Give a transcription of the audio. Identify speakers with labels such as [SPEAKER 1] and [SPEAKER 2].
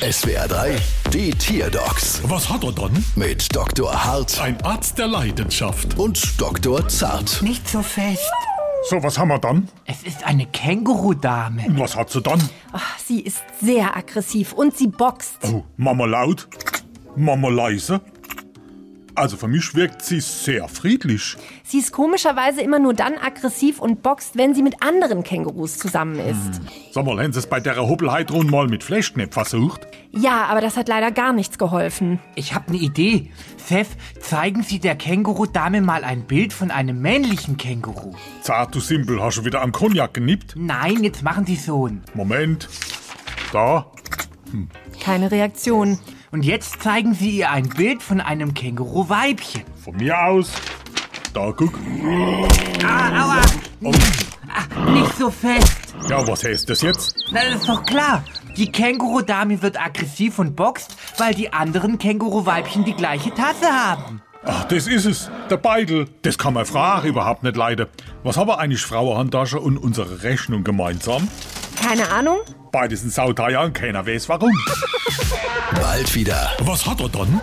[SPEAKER 1] SWR 3, die Tierdocs
[SPEAKER 2] Was hat er dann?
[SPEAKER 1] mit Dr. Hart
[SPEAKER 2] Ein Arzt der Leidenschaft.
[SPEAKER 1] und Dr. Zart.
[SPEAKER 3] Nicht so fest.
[SPEAKER 2] So, was haben wir dann?
[SPEAKER 3] Es ist eine Kängurudame.
[SPEAKER 2] Was hat sie dann?
[SPEAKER 4] Ach, Sie ist sehr aggressiv und sie boxt.
[SPEAKER 2] Oh, Mama laut, Mama leise. Also für mich wirkt sie sehr friedlich.
[SPEAKER 4] Sie ist komischerweise immer nur dann aggressiv und boxt, wenn sie mit anderen Kängurus zusammen ist.
[SPEAKER 2] Sag mal, haben sie es bei der Hoppelheidrun mal mit Flechtknepp versucht?
[SPEAKER 4] Ja, aber das hat leider gar nichts geholfen.
[SPEAKER 3] Ich habe eine Idee. Seth, zeigen Sie der Kängurudame mal ein Bild von einem männlichen Känguru.
[SPEAKER 2] Zart, du Simpel, hast du wieder am Cognac genippt?
[SPEAKER 3] Nein, jetzt machen Sie so. ein.
[SPEAKER 2] Moment. Da.
[SPEAKER 4] Keine Reaktion.
[SPEAKER 3] Und jetzt zeigen Sie ihr ein Bild von einem Känguruweibchen.
[SPEAKER 2] Von mir aus. Da, guck.
[SPEAKER 3] Ah, aua! Ah, nicht so fest.
[SPEAKER 2] Ja, was heißt das jetzt?
[SPEAKER 3] Na, das ist doch klar. Die Kängurudame wird aggressiv und boxt, weil die anderen Känguruweibchen die gleiche Tasse haben.
[SPEAKER 2] Ach, das ist es. Der Beidel. Das kann man Frage überhaupt nicht leiden. Was haben wir eigentlich Frauenhandtasche und unsere Rechnung gemeinsam?
[SPEAKER 4] Keine Ahnung?
[SPEAKER 2] Beides sind Sauteier und keiner weiß warum.
[SPEAKER 1] Bald wieder.
[SPEAKER 2] Was hat er dann?